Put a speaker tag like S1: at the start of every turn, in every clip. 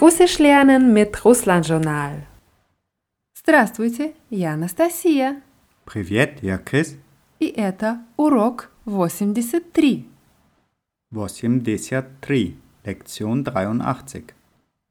S1: Russisch lernen mit Russland Journal.
S2: Здравствуйте, я Анастасия,
S3: Привет, я Крис.
S2: и это урок 83.
S3: 83, Lektion 83.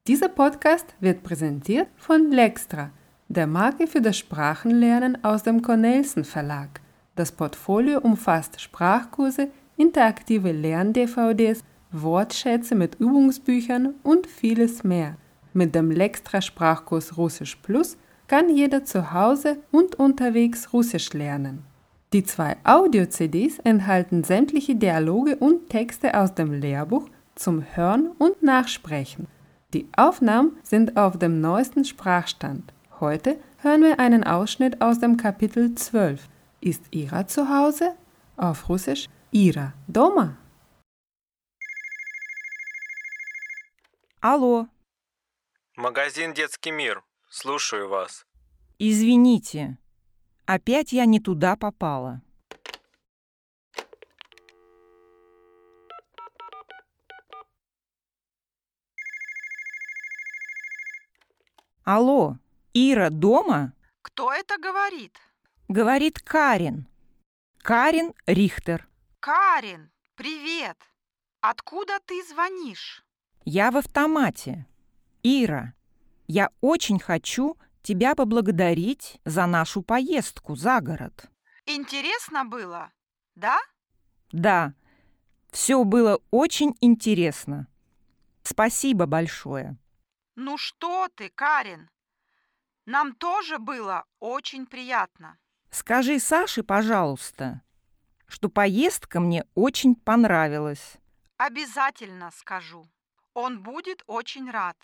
S2: Dieser Podcast wird präsentiert von Lextra, der Marke für das Sprachenlernen aus dem Cornelsen Verlag. Das Portfolio umfasst Sprachkurse, interaktive Lern-DVDs, Wortschätze mit Übungsbüchern und vieles mehr. Mit dem Lextra Sprachkurs Russisch Plus kann jeder zu Hause und unterwegs Russisch lernen. Die zwei Audio-CDs enthalten sämtliche Dialoge und Texte aus dem Lehrbuch zum Hören und Nachsprechen. Die Aufnahmen sind auf dem neuesten Sprachstand. Heute hören wir einen Ausschnitt aus dem Kapitel 12. Ist Ira zu Hause? Auf Russisch Ira дома?
S4: Алло,
S5: Магазин «Детский мир». Слушаю вас.
S4: извините. Опять я не туда попала. Алло, Ира дома?
S6: Кто это говорит?
S4: Говорит Карин. Карин Рихтер.
S6: Карин, привет. Откуда ты звонишь?
S4: Я в автомате. Ира, я очень хочу тебя поблагодарить за нашу поездку за город.
S6: Интересно было, да?
S4: Да, все было очень интересно. Спасибо большое.
S6: Ну что ты, Карин? Нам тоже было очень приятно.
S4: Скажи Саше, пожалуйста, что поездка мне очень понравилась.
S6: Обязательно скажу. Он будет очень рад.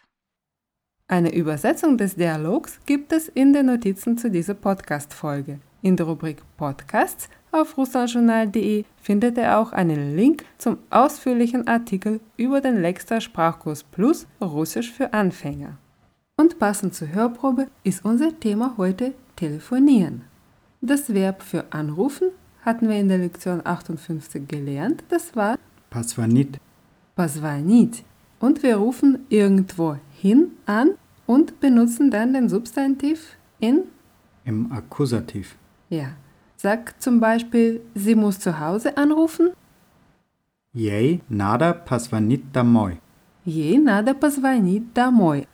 S2: Eine Übersetzung des Dialogs gibt es in den Notizen zu dieser Podcast-Folge. In der Rubrik Podcasts auf russlandjournal.de findet ihr auch einen Link zum ausführlichen Artikel über den Lexter Sprachkurs Plus Russisch für Anfänger. Und passend zur Hörprobe ist unser Thema heute Telefonieren. Das Verb für Anrufen hatten wir in der Lektion 58 gelernt, das war
S3: Pasvanit,
S2: позвонить. Und wir rufen irgendwo hin an und benutzen dann den Substantiv in.
S3: im Akkusativ.
S2: Ja. Sag zum Beispiel, sie muss zu Hause anrufen.
S3: Ей надо позвонить домой.
S2: Ей надо позвонить домой.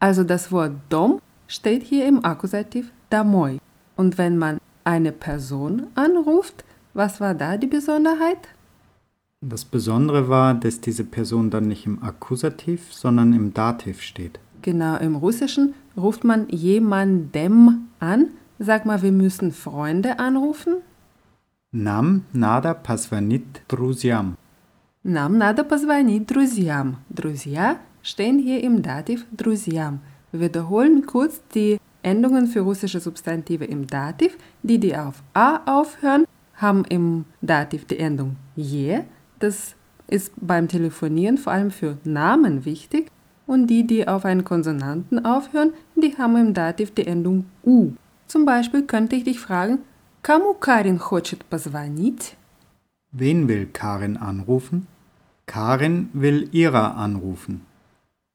S2: Also das Wort dom steht hier im Akkusativ домой. Und wenn man eine Person anruft, was war da die Besonderheit?
S3: Das Besondere war, dass diese Person dann nicht im Akkusativ, sondern im Dativ steht.
S2: Genau, im Russischen ruft man jemandem an. Sag mal, wir müssen Freunde anrufen.
S3: Нам надо позвонить друзьям.
S2: Нам надо позвонить друзьям. Друзья stehen hier im Dativ друзьям. Wiederholen kurz die Endungen für russische Substantive im Dativ, die die auf a aufhören, haben im Dativ die Endung je. Das ist beim Telefonieren vor allem für Namen wichtig. Und die, die auf einen Konsonanten aufhören, die haben im Dativ die Endung u. Zum Beispiel könnte ich dich fragen, кому Karin хочет позвонить?
S3: Wen will Karin anrufen? Karin will Ira anrufen.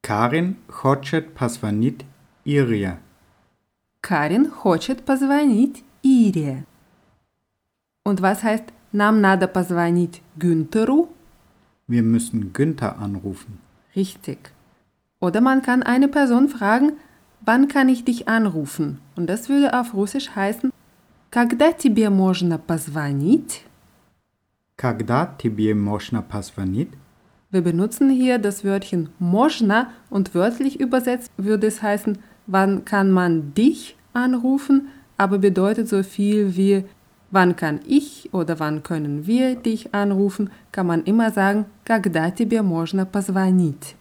S3: Karin хочет позвонить Iria.
S2: Карин хочет позвонить Ире. Und was heißt, нам надо позвонить Günterу?
S3: Wir müssen Günther anrufen.
S2: Richtig. Oder man kann eine Person fragen, wann kann ich dich anrufen? Und das würde auf Russisch heißen, когда тебе можно позвонить?
S3: Когда тебе можно позвонить?
S2: Wir benutzen hier das Wörtchen можно und wörtlich übersetzt würde es heißen, wann kann man dich anrufen, aber bedeutet so viel wie wann kann ich oder wann können wir dich anrufen, kann man immer sagen, когда тебе можно позвонить.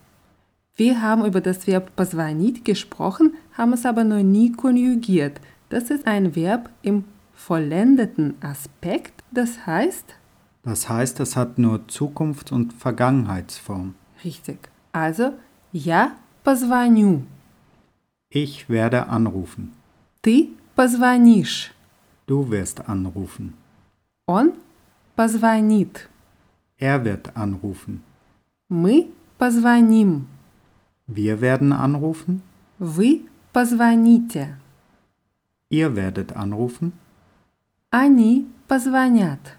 S2: Wir haben über das Verb позвонить gesprochen, haben es aber noch nie konjugiert. Das ist ein Verb im vollendeten Aspekt, das heißt,
S3: Das heißt, es hat nur Zukunft- und Vergangenheitsform.
S2: richtig. Also, я позвоню.
S3: Ich werde anrufen.
S2: Ты позвонишь.
S3: Du wirst anrufen.
S2: Он позвонит.
S3: Er wird anrufen.
S2: Мы позвоним.
S3: Wir werden anrufen.
S2: Вы позвоните.
S3: Ihr werdet anrufen.
S2: Они позвонят.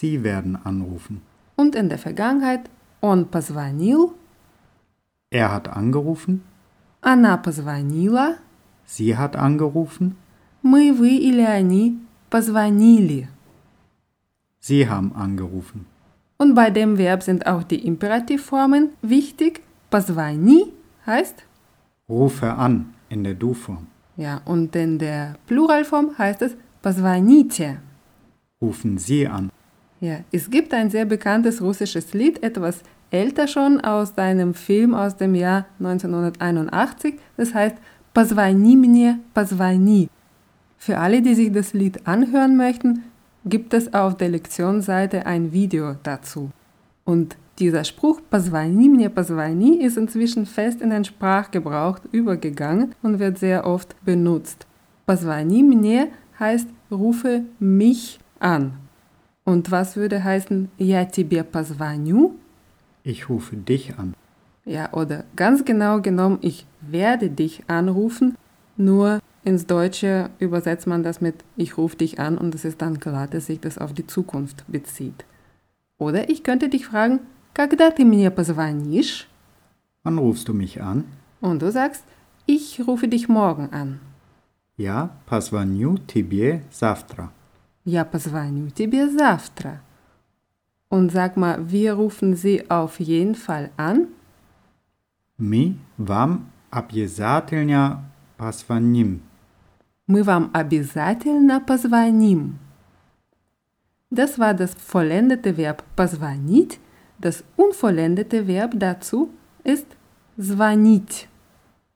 S3: Sie werden anrufen.
S2: Und in der Vergangenheit он позвонил,
S3: Er hat angerufen.
S2: она позвонила,
S3: Sie hat angerufen.
S2: мы, вы или они позвонили.
S3: Sie haben angerufen.
S2: Und bei dem Verb sind auch die Imperativformen wichtig. Позвони heißt
S3: Rufe an in der Du-Form.
S2: ja und in der Pluralform heißt es позвоните.
S3: Rufen Sie an.
S2: Ja, es gibt ein sehr bekanntes russisches Lied, etwas älter schon, aus einem Film aus dem Jahr 1981. Das heißt Позвони мне, позвони. Für alle, die sich das Lied anhören möchten, gibt es auf der Lektionsseite ein Video dazu. Und dieser Spruch Позвони мне, позвони ist inzwischen fest in den Sprachgebrauch übergegangen und wird sehr oft benutzt. Позвони мне heißt rufe mich an. Und was würde heißen Я тебе позвоню?
S3: Ich rufe dich an.
S2: Ja, oder ganz genau genommen, ich werde dich anrufen. Nur ins Deutsche übersetzt man das mit Ich rufe dich an und es ist dann klar, dass sich das auf die Zukunft bezieht. Oder ich könnte dich fragen, когда ты мне позвонишь?
S3: Wann rufst du mich an?
S2: Und du sagst, ich rufe dich morgen an.
S3: Ja, позвоню тебе завтра.
S2: Я позвоню тебе завтра. Und sag mal, wir rufen sie auf jeden Fall an.
S3: Mi vam обязательно позвоним.
S2: Мы вам обязательно позвоним. Das war das vollendete Verb позвонить. Das unvollendete Verb dazu ist звонить.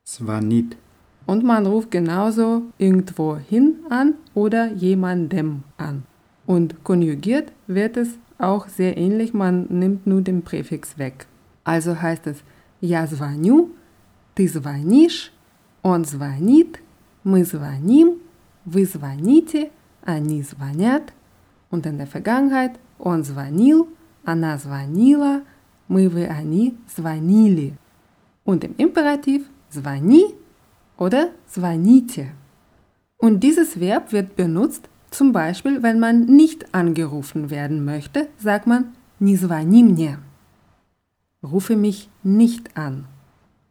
S3: Zwanit.
S2: Und man ruft genauso irgendwo hin an oder jemandem an. Und konjugiert wird es auch sehr ähnlich, man nimmt nur den Präfix weg. Also heißt es я звоню, ты звонишь, он звонит, мы звоним, вы звоните, они звонят. Und in der Vergangenheit он звонил, она звонила, мы, вы, они звонили. Und im Imperativ звони oder звоните. Und dieses Verb wird benutzt, zum Beispiel, wenn man nicht angerufen werden möchte, sagt man не звони мне. Rufe mich nicht an.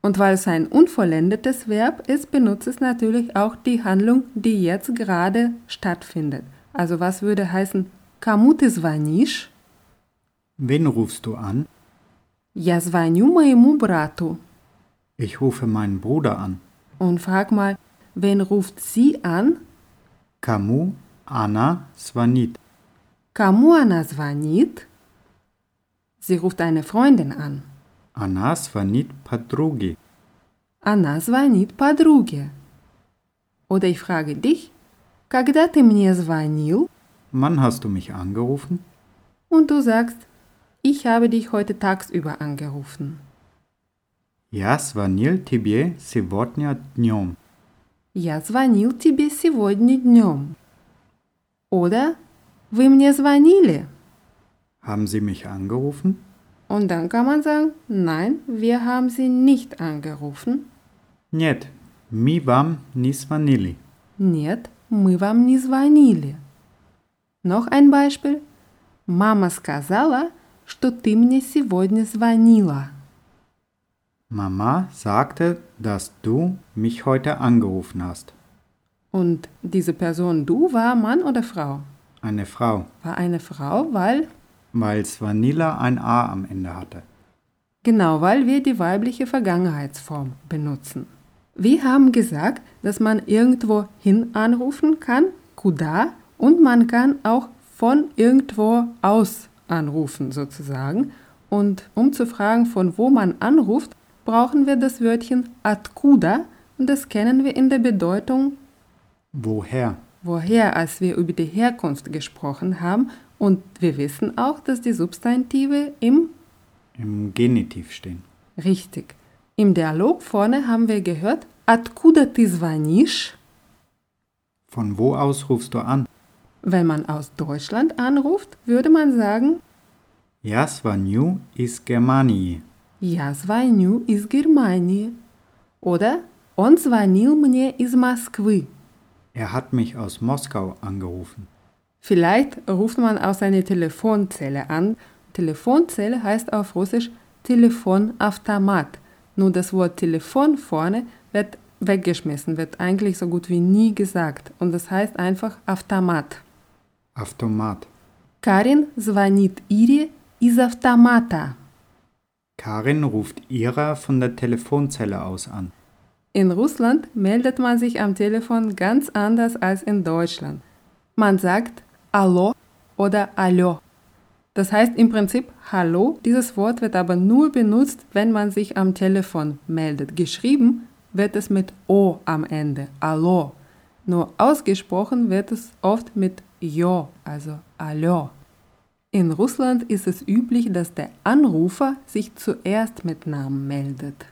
S2: Und weil es ein unvollendetes Verb ist, benutzt es natürlich auch die Handlung, die jetzt gerade stattfindet. Also was würde heißen, кому ты звонишь?
S3: Wen rufst du an?
S2: Я звоню моему брату.
S3: Ich rufe meinen Bruder an.
S2: Und frag mal, wen ruft sie an?
S3: Kamu Anna Svanit.
S2: Кому она звонит? Sie ruft eine Freundin an.
S3: Anna Svanit Padrugi.
S2: Она звонит подруге. Oder ich frage dich, когда ты мне звонил?
S3: Wann hast du mich angerufen?
S2: Und du sagst, ich habe dich heute tagsüber angerufen.
S3: Я звонил тебе сегодня днем.
S2: Я звонил тебе сегодня днем. Oder вы мне звонили?
S3: Haben Sie mich angerufen?
S2: Und dann kann man sagen, nein, wir haben sie nicht angerufen.
S3: Нет, ми вам не звонили.
S2: Нет, мы вам не звонили. Noch ein Beispiel. Мама сказала, что ты мне сегодня звонила.
S3: Mama sagte, dass du mich heute angerufen hast.
S2: Und diese Person du war Mann oder Frau?
S3: Eine Frau,
S2: War eine Frau, weil
S3: weil Svanila ein A am Ende hatte.
S2: Genau, weil wir die weibliche Vergangenheitsform benutzen. Wir haben gesagt, dass man irgendwo hin anrufen kann, kuda, und man kann auch von irgendwo aus anrufen sozusagen. Und um zu fragen, von wo man anruft, brauchen wir das Wörtchen atkuda und das kennen wir in der Bedeutung
S3: Woher?
S2: woher, als wir über die Herkunft gesprochen haben. Und wir wissen auch, dass die Substantive im
S3: Im Genitiv stehen.
S2: Richtig. Im Dialog vorne haben wir gehört, откуда ты звонишь?
S3: Von wo aus rufst du an?
S2: Wenn man aus Deutschland anruft, würde man sagen,
S3: Я звоню из Германии.
S2: Я звоню из Германии. Oder он звонил мне из Москвы.
S3: Er hat mich aus Moskau angerufen.
S2: Vielleicht ruft man aus einer Telefonzelle an. Telefonzelle heißt auf Russisch Telefonautomat. Nur das Wort Telefon vorne wird weggeschmissen, wird eigentlich so gut wie nie gesagt. Und das heißt einfach Automat.
S3: Automat.
S2: Karin звонит Ире из автомата.
S3: Karin ruft Ira von der Telefonzelle aus an.
S2: In Russland meldet man sich am Telefon ganz anders als in Deutschland. Man sagt Hallo oder Hallo. Das heißt im Prinzip Hallo. Dieses Wort wird aber nur benutzt, wenn man sich am Telefon meldet. Geschrieben wird es mit O am Ende. Hallo. Nur ausgesprochen wird es oft mit Jo, also Hallo. In Russland ist es üblich, dass der Anrufer sich zuerst mit Namen meldet.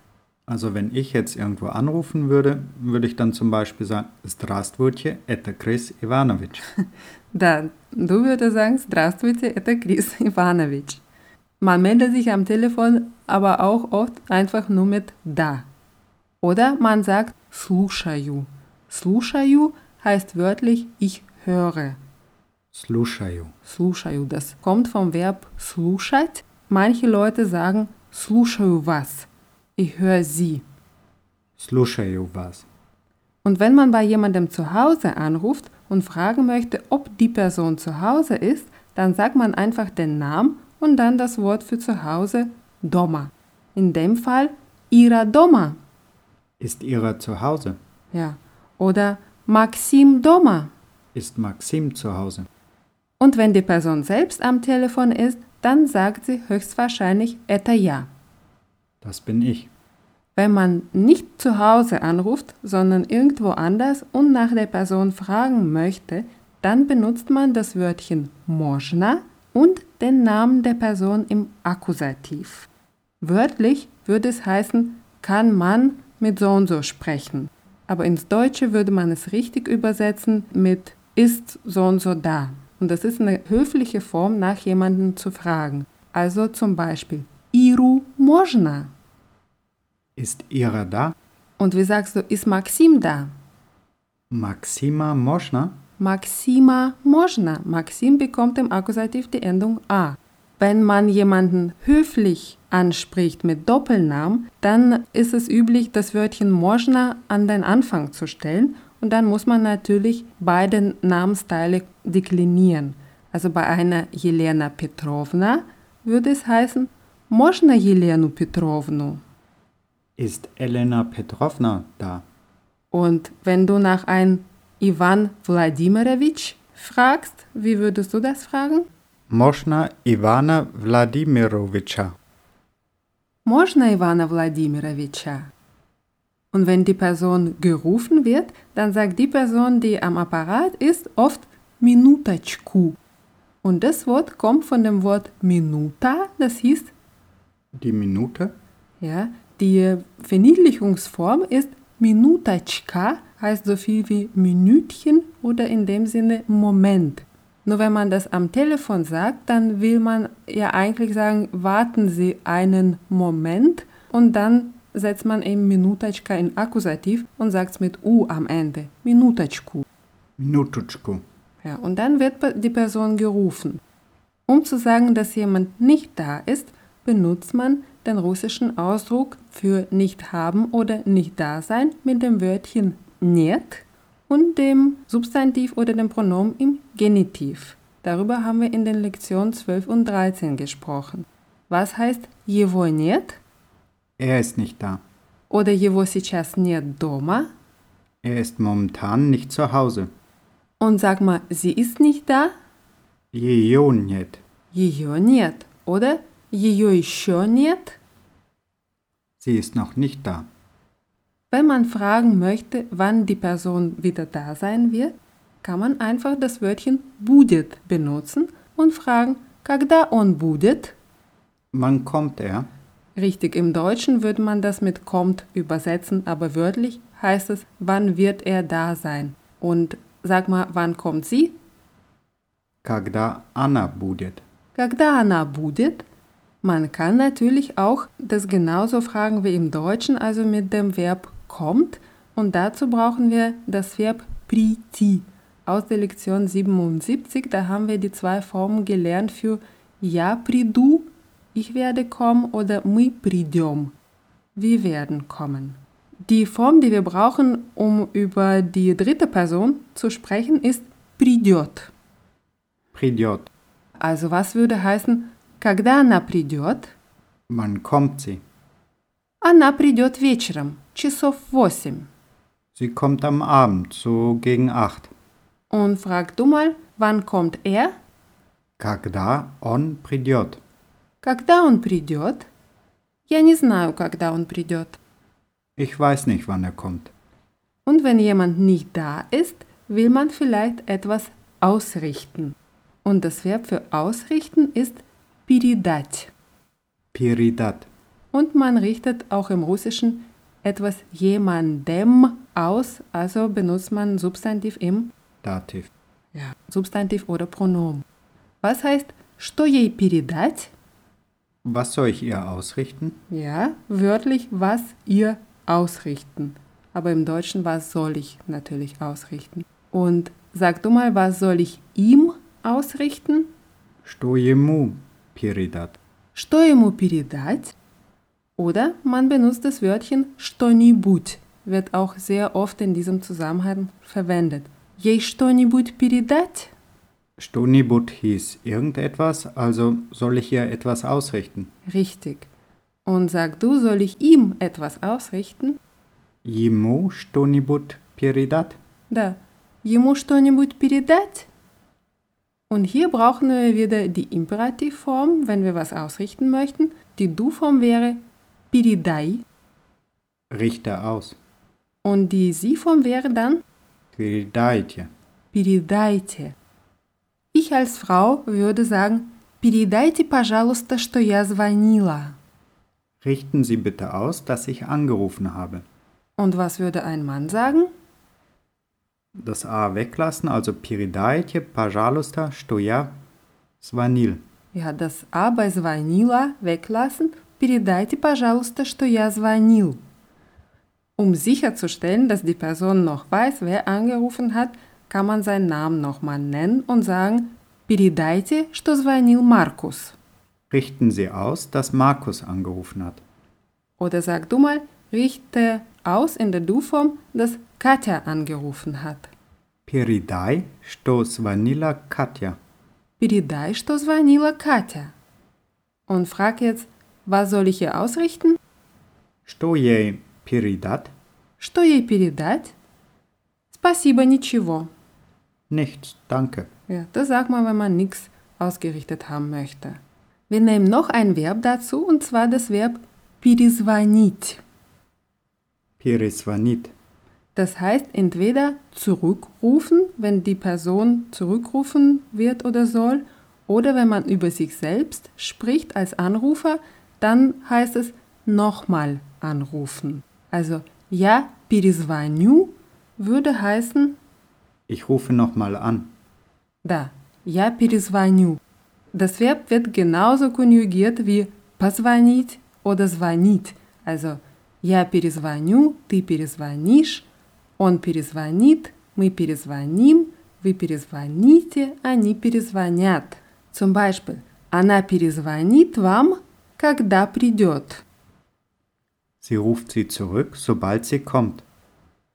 S3: Also wenn ich jetzt irgendwo anrufen würde, würde ich dann zum Beispiel sagen, Здравствуйте, это Chris Ivanovic.
S2: Да, du würdest sagen, здравствуйте, это Крис Иванович. Man meldet sich am Telefon aber auch oft einfach nur mit da. Oder man sagt слушаю. Слушаю heißt wörtlich ich höre.
S3: Слушаю.
S2: Слушаю, das kommt vom Verb слушать. Manche Leute sagen слушаю вас. Ich höre sie.
S3: Слушаю вас.
S2: Und wenn man bei jemandem zu Hause anruft und fragen möchte, ob die Person zu Hause ist, dann sagt man einfach den Namen und dann das Wort für zu Hause Doma. In dem Fall Ira Doma.
S3: Ist Ira zu Hause?
S2: Ja. Oder Maxim Doma.
S3: Ist Maxim zu Hause?
S2: Und wenn die Person selbst am Telefon ist, dann sagt sie höchstwahrscheinlich Eta ja.
S3: Das bin ich.
S2: Wenn man nicht zu Hause anruft, sondern irgendwo anders und nach der Person fragen möchte, dann benutzt man das Wörtchen можно und den Namen der Person im Akkusativ. Wörtlich würde es heißen, kann man mit so und so sprechen. Aber ins Deutsche würde man es richtig übersetzen mit ist so und so da. Und das ist eine höfliche Form, nach jemandem zu fragen. Also zum Beispiel, Iru можно?
S3: Ist Ira da?
S2: Und wie sagst du, ist Maxim da?
S3: Maxima Moschner?
S2: Maxima можно. Maxim bekommt im Akkusativ die Endung a. Wenn man jemanden höflich anspricht mit Doppelnamen, dann ist es üblich, das Wörtchen можно an den Anfang zu stellen und dann muss man natürlich beide Namensteile deklinieren. Also bei einer Jelena Petrovna würde es heißen можно Елену Петровну?
S3: Ist Elena Petrovna da?
S2: Und wenn du nach einem Ivan Wladimirovich fragst, wie würdest du das fragen?
S3: Moschna Ivana Vladimirovica.
S2: Можно Ивана Владимировича? Und wenn die Person gerufen wird, dann sagt die Person, die am Apparat ist, oft Minutочку. Und das Wort kommt von dem Wort Minuta, das hieß
S3: Die Minute?
S2: Ja, die Verniedlichungsform ist Minutachka, heißt so viel wie Minütchen oder in dem Sinne Moment. Nur wenn man das am Telefon sagt, dann will man ja eigentlich sagen, warten Sie einen Moment und dann setzt man eben Minutachka in Akkusativ und sagt es mit U am Ende. Minutachku.
S3: Minututschku.
S2: Ja, und dann wird pe- die Person gerufen. Um zu sagen, dass jemand nicht da ist, benutzt man den russischen Ausdruck für nicht haben oder nicht da sein mit dem Wörtchen нет und dem Substantiv oder dem Pronomen im Genitiv. Darüber haben wir in den Lektionen 12 und 13 gesprochen. Was heißt его нет
S3: Er ist nicht da.
S2: oder его сейчас нет дома?
S3: Er ist momentan nicht zu Hause.
S2: Und sag mal, sie ist nicht da?
S3: Ее нет.
S2: Ее нет oder ее еще нет?
S3: Sie ist noch nicht da.
S2: Wenn man fragen möchte, wann die Person wieder da sein wird, kann man einfach das Wörtchen будет benutzen und fragen, когда он будет?
S3: Wann kommt er?
S2: Richtig, im Deutschen würde man das mit kommt übersetzen, aber wörtlich heißt es, wann wird er da sein? Und sag mal, wann kommt sie?
S3: Когда она будет?
S2: Когда она будет? Man kann natürlich auch das genauso fragen wie im Deutschen, also mit dem Verb kommt. Und dazu brauchen wir das Verb priti. Aus der Lektion 77, da haben wir die zwei Formen gelernt für ja приду, ich werde kommen oder мы придем, wir werden kommen. Die Form, die wir brauchen, um über die dritte Person zu sprechen, ist придет.
S3: Придет.
S2: Also was würde heißen, когда она придет?
S3: Wann kommt sie?
S2: Она придет вечером, часов восемь.
S3: Sie kommt am Abend, so gegen acht.
S2: Und frag du mal, wann kommt er?
S3: Когда он придет?
S2: Когда он придет? Я не знаю, когда он придет.
S3: Ich weiß nicht, wann er kommt.
S2: Und wenn jemand nicht da ist, will man vielleicht etwas ausrichten. Und das Verb für ausrichten ist передать.
S3: Передат.
S2: Und man richtet auch im Russischen etwas jemandem aus, also benutzt man Substantiv im
S3: Dativ.
S2: ja, Substantiv oder Pronomen. Was heißt, что ей передать?
S3: Was soll ich ihr ausrichten?
S2: Ja, wörtlich, was ihr ausrichten. Aber im Deutschen, was soll ich natürlich ausrichten. Und sag du mal, was soll ich ihm ausrichten?
S3: Что ему передат?
S2: Что ему передать? Oder man benutzt das Wörtchen что-нибудь, wird auch sehr oft in diesem Zusammenhang verwendet. Ей что-нибудь передать?
S3: Stonibut hieß irgendetwas, also soll ich ihr etwas ausrichten.
S2: Richtig. Und sag du, soll ich ihm etwas ausrichten?
S3: Ему Stonibut передат?
S2: Да. Ему что-нибудь передать? Und hier brauchen wir wieder die Imperativform, wenn wir was ausrichten möchten. Die Du-Form wäre передай
S3: Richte aus.
S2: und die Sie-Form wäre dann
S3: Передайте.
S2: передайте. Ich als Frau würde sagen передайте, пожалуйста, что я звонила.
S3: Richten Sie bitte aus, dass ich angerufen habe.
S2: Und was würde ein Mann sagen?
S3: Das A weglassen, also передайте, пожалуйста, что я звонил.
S2: Ja, das A bei звонила weglassen. Передайте, пожалуйста, что я звонил. Um sicherzustellen, dass die Person noch weiß, wer angerufen hat, kann man seinen Namen nochmal nennen und sagen «Передайте, что звонил Markus».
S3: Richten Sie aus, dass Markus angerufen hat.
S2: Oder sag du mal «Richte aus» in der Du-Form, dass Katja angerufen hat.
S3: Передай, что звонила Katja.
S2: «Передай, что звонила Katja». Und frag jetzt, was soll ich hier ausrichten?
S3: Что ей передат?
S2: Что ей передать? Спасибо, ничего.
S3: Nichts, danke.
S2: Ja, das sagt man, wenn man nichts ausgerichtet haben möchte. Wir nehmen noch ein Verb dazu, und zwar das Verb перезвонить.
S3: Перезвонит.
S2: Das heißt entweder zurückrufen, wenn die Person zurückrufen wird oder soll, oder wenn man über sich selbst spricht als Anrufer, dann heißt es nochmal anrufen. Also ja, перезвоню würde heißen
S3: Ich rufe nochmal an.
S2: Да, я перезвоню. Das Verb wird genauso konjugiert wie позвонить oder звонить. Also я перезвоню, ты перезвонишь, он перезвонит, мы перезвоним, вы перезвоните, они перезвонят. Zum Beispiel, она перезвонит вам, когда придет.
S3: Sie ruft sie zurück, sobald sie kommt.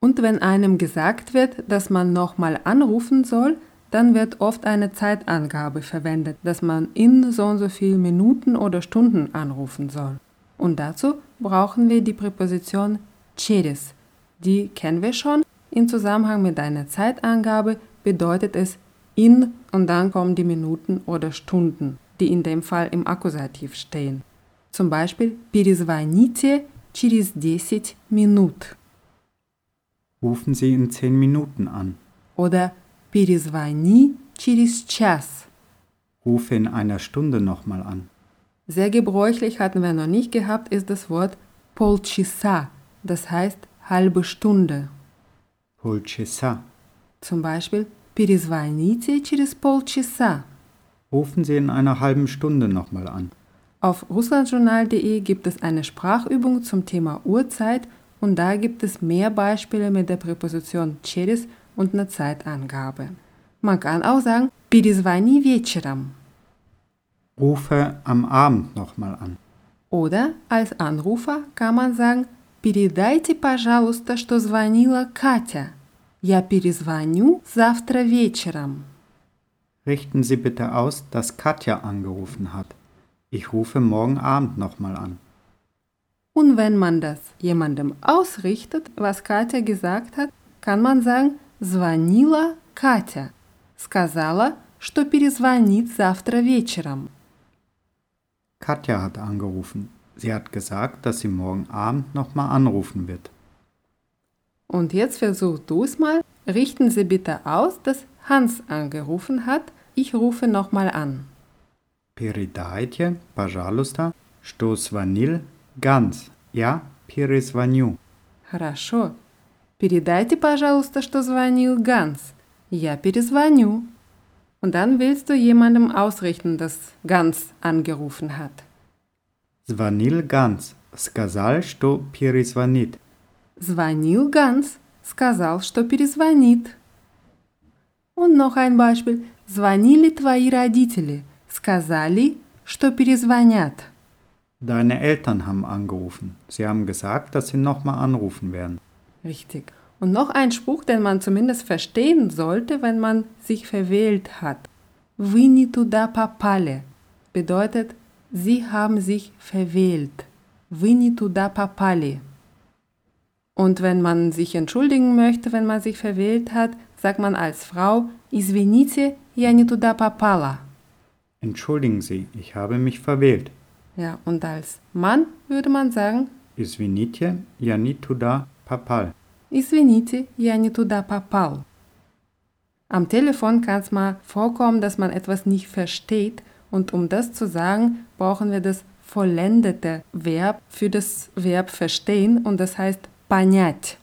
S2: Und wenn einem gesagt wird, dass man nochmal anrufen soll, dann wird oft eine Zeitangabe verwendet, dass man in so und so viel Minuten oder Stunden anrufen soll. Und dazu brauchen wir die Präposition через. Die kennen wir schon. Im Zusammenhang mit einer Zeitangabe bedeutet es in und dann kommen die Minuten oder Stunden, die in dem Fall im Akkusativ stehen. Zum Beispiel перезвоните через 10 Minuten.
S3: Rufen Sie in zehn Minuten an.
S2: Oder перезвони через час.
S3: Rufe in einer Stunde nochmal an.
S2: Sehr gebräuchlich hatten wir noch nicht gehabt, ist das Wort полчаса, das heißt halbe Stunde.
S3: Polchesa.
S2: Zum Beispiel перезвоните через полчаса.
S3: Rufen Sie in einer halben Stunde nochmal an.
S2: Auf russlandjournal.de gibt es eine Sprachübung zum Thema Uhrzeit und da gibt es mehr Beispiele mit der Präposition через und einer Zeitangabe. Man kann auch sagen «перезвони вечером»
S3: Rufe am Abend nochmal an.
S2: oder als Anrufer kann man sagen «передайте, пожалуйста, что звонила Катя». Я перезвоню завтра вечером.
S3: Richten Sie bitte aus, dass Katja angerufen hat. Ich rufe morgen Abend nochmal an.
S2: Und wenn man das jemandem ausrichtet, was Katja gesagt hat, kann man sagen «звонила Катя». Сказала, что перезвонит завтра вечером.
S3: Katja hat angerufen. Sie hat gesagt, dass sie morgen Abend nochmal anrufen wird.
S2: Und jetzt versuch du es mal. Richten Sie bitte aus, dass Hans angerufen hat. Ich rufe nochmal an.
S3: Передайте, пожалуйста, что звонил Ганс. Я перезвоню.
S2: Хорошо. Передайте, пожалуйста, что звонил Ганс. Я перезвоню. Und dann willst du jemandem ausrichten, dass Gans angerufen hat.
S3: Звонил Ганс. Сказал, что перезвонит.
S2: Звонил Ганс, сказал, что перезвонит. Und noch ein Beispiel. Звонили твои родители, сказали, что перезвонят.
S3: Deine Eltern haben angerufen. Sie haben gesagt, dass sie nochmal anrufen werden.
S2: Richtig. Und noch ein Spruch, den man zumindest verstehen sollte, wenn man sich verwählt hat. Вы не туда попали bedeutet, Sie haben sich verwählt. Вы не туда попали. Und wenn man sich entschuldigen möchte, wenn man sich verwählt hat, sagt man als Frau Извините, я не туда попала.
S3: Entschuldigen Sie, ich habe mich verwählt.
S2: Ja, und als Mann würde man sagen
S3: Извините, я не туда попал.
S2: Извините, я не туда попал. Am Telefon kann es mal vorkommen, dass man etwas nicht versteht und um das zu sagen, brauchen wir das vollendete Verb für das Verb verstehen und das heißt понять.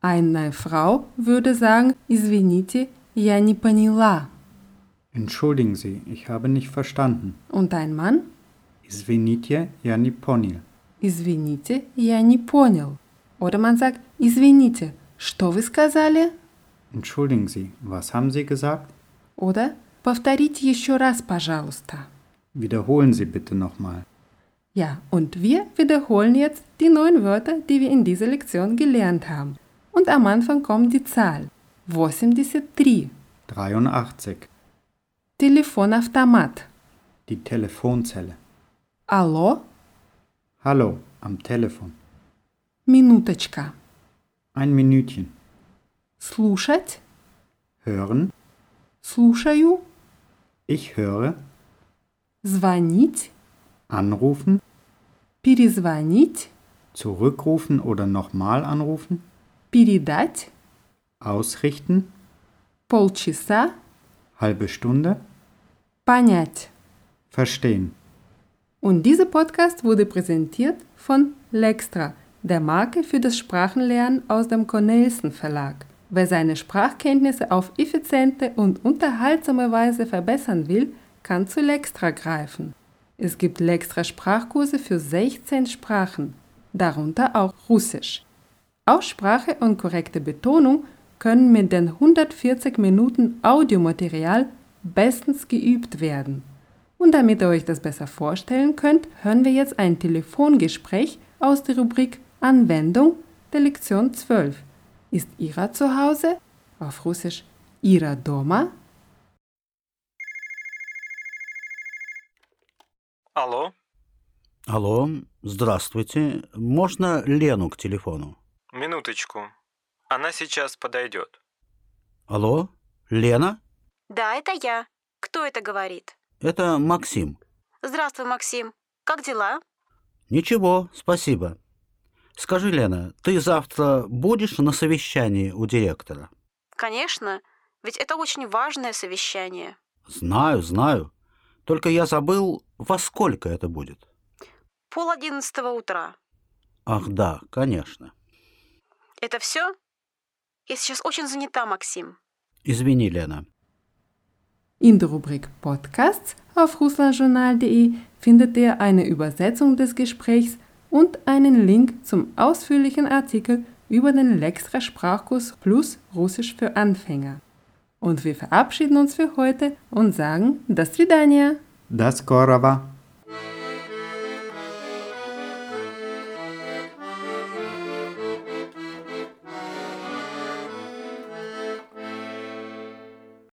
S2: Eine Frau würde sagen, извините, я не поняла.
S3: Entschuldigen Sie, ich habe nicht verstanden.
S2: Und ein Mann,
S3: Извините, я не понял.
S2: извините, я не понял. Oder man sagt, извините, что вы сказали?
S3: Entschuldigen Sie, was haben Sie gesagt?
S2: Oder повторите еще раз, пожалуйста.
S3: Wiederholen Sie bitte nochmal.
S2: Ja, und wir wiederholen jetzt die neun Wörter, die wir in dieser Lektion gelernt haben. Und am Anfang kommt die Zahl 83,
S3: 83.
S2: Telefonautomat,
S3: Die Telefonzelle.
S2: Allo,
S3: Hallo, am Telefon.
S2: Minutочka,
S3: Ein Minütchen.
S2: слушать,
S3: Hören.
S2: слушаю,
S3: Ich höre.
S2: звонить,
S3: Anrufen.
S2: перезвонить,
S3: Zurückrufen oder nochmal anrufen.
S2: передать,
S3: Ausrichten.
S2: полчаса,
S3: Halbe Stunde.
S2: понять.
S3: Verstehen.
S2: Und dieser Podcast wurde präsentiert von Lextra, der Marke für das Sprachenlernen aus dem Cornelsen Verlag. Wer seine Sprachkenntnisse auf effiziente und unterhaltsame Weise verbessern will, kann zu Lextra greifen. Es gibt Lextra Sprachkurse für 16 Sprachen, darunter auch Russisch. Aussprache und korrekte Betonung können mit den 140 Minuten Audiomaterial bestens geübt werden. Und damit ihr euch das besser vorstellen könnt, hören wir jetzt ein Telefongespräch aus der Rubrik Anwendung der Lektion 12. Ist Ira zu Hause? Auf Russisch Ira Doma.
S5: Алло,
S7: Алло, здравствуйте. Можно Лену к телефону?
S5: минуточку. Она сейчас подойдет.
S7: Алло, Лена?
S8: Да, это я. Кто это говорит?
S7: Это Максим.
S8: Здравствуй, Максим. Как дела?
S7: Ничего, спасибо. Скажи, Лена, ты завтра будешь на совещании у директора?
S8: Конечно, ведь это очень важное совещание.
S7: Знаю, знаю. Только я забыл, во сколько это будет.
S8: Пол одиннадцатого утра.
S7: Ах да, конечно.
S8: Это все? Я сейчас очень занята, Максим.
S7: Извини,
S2: Ира
S7: Лена.
S2: In der Rubrik Podcasts auf russlandjournal.de findet ihr eine Übersetzung des Gesprächs und einen Link zum ausführlichen Artikel über den Lextra Sprachkurs Plus Russisch für Anfänger. Und wir verabschieden uns für heute und sagen, das свидания!
S3: До скорого!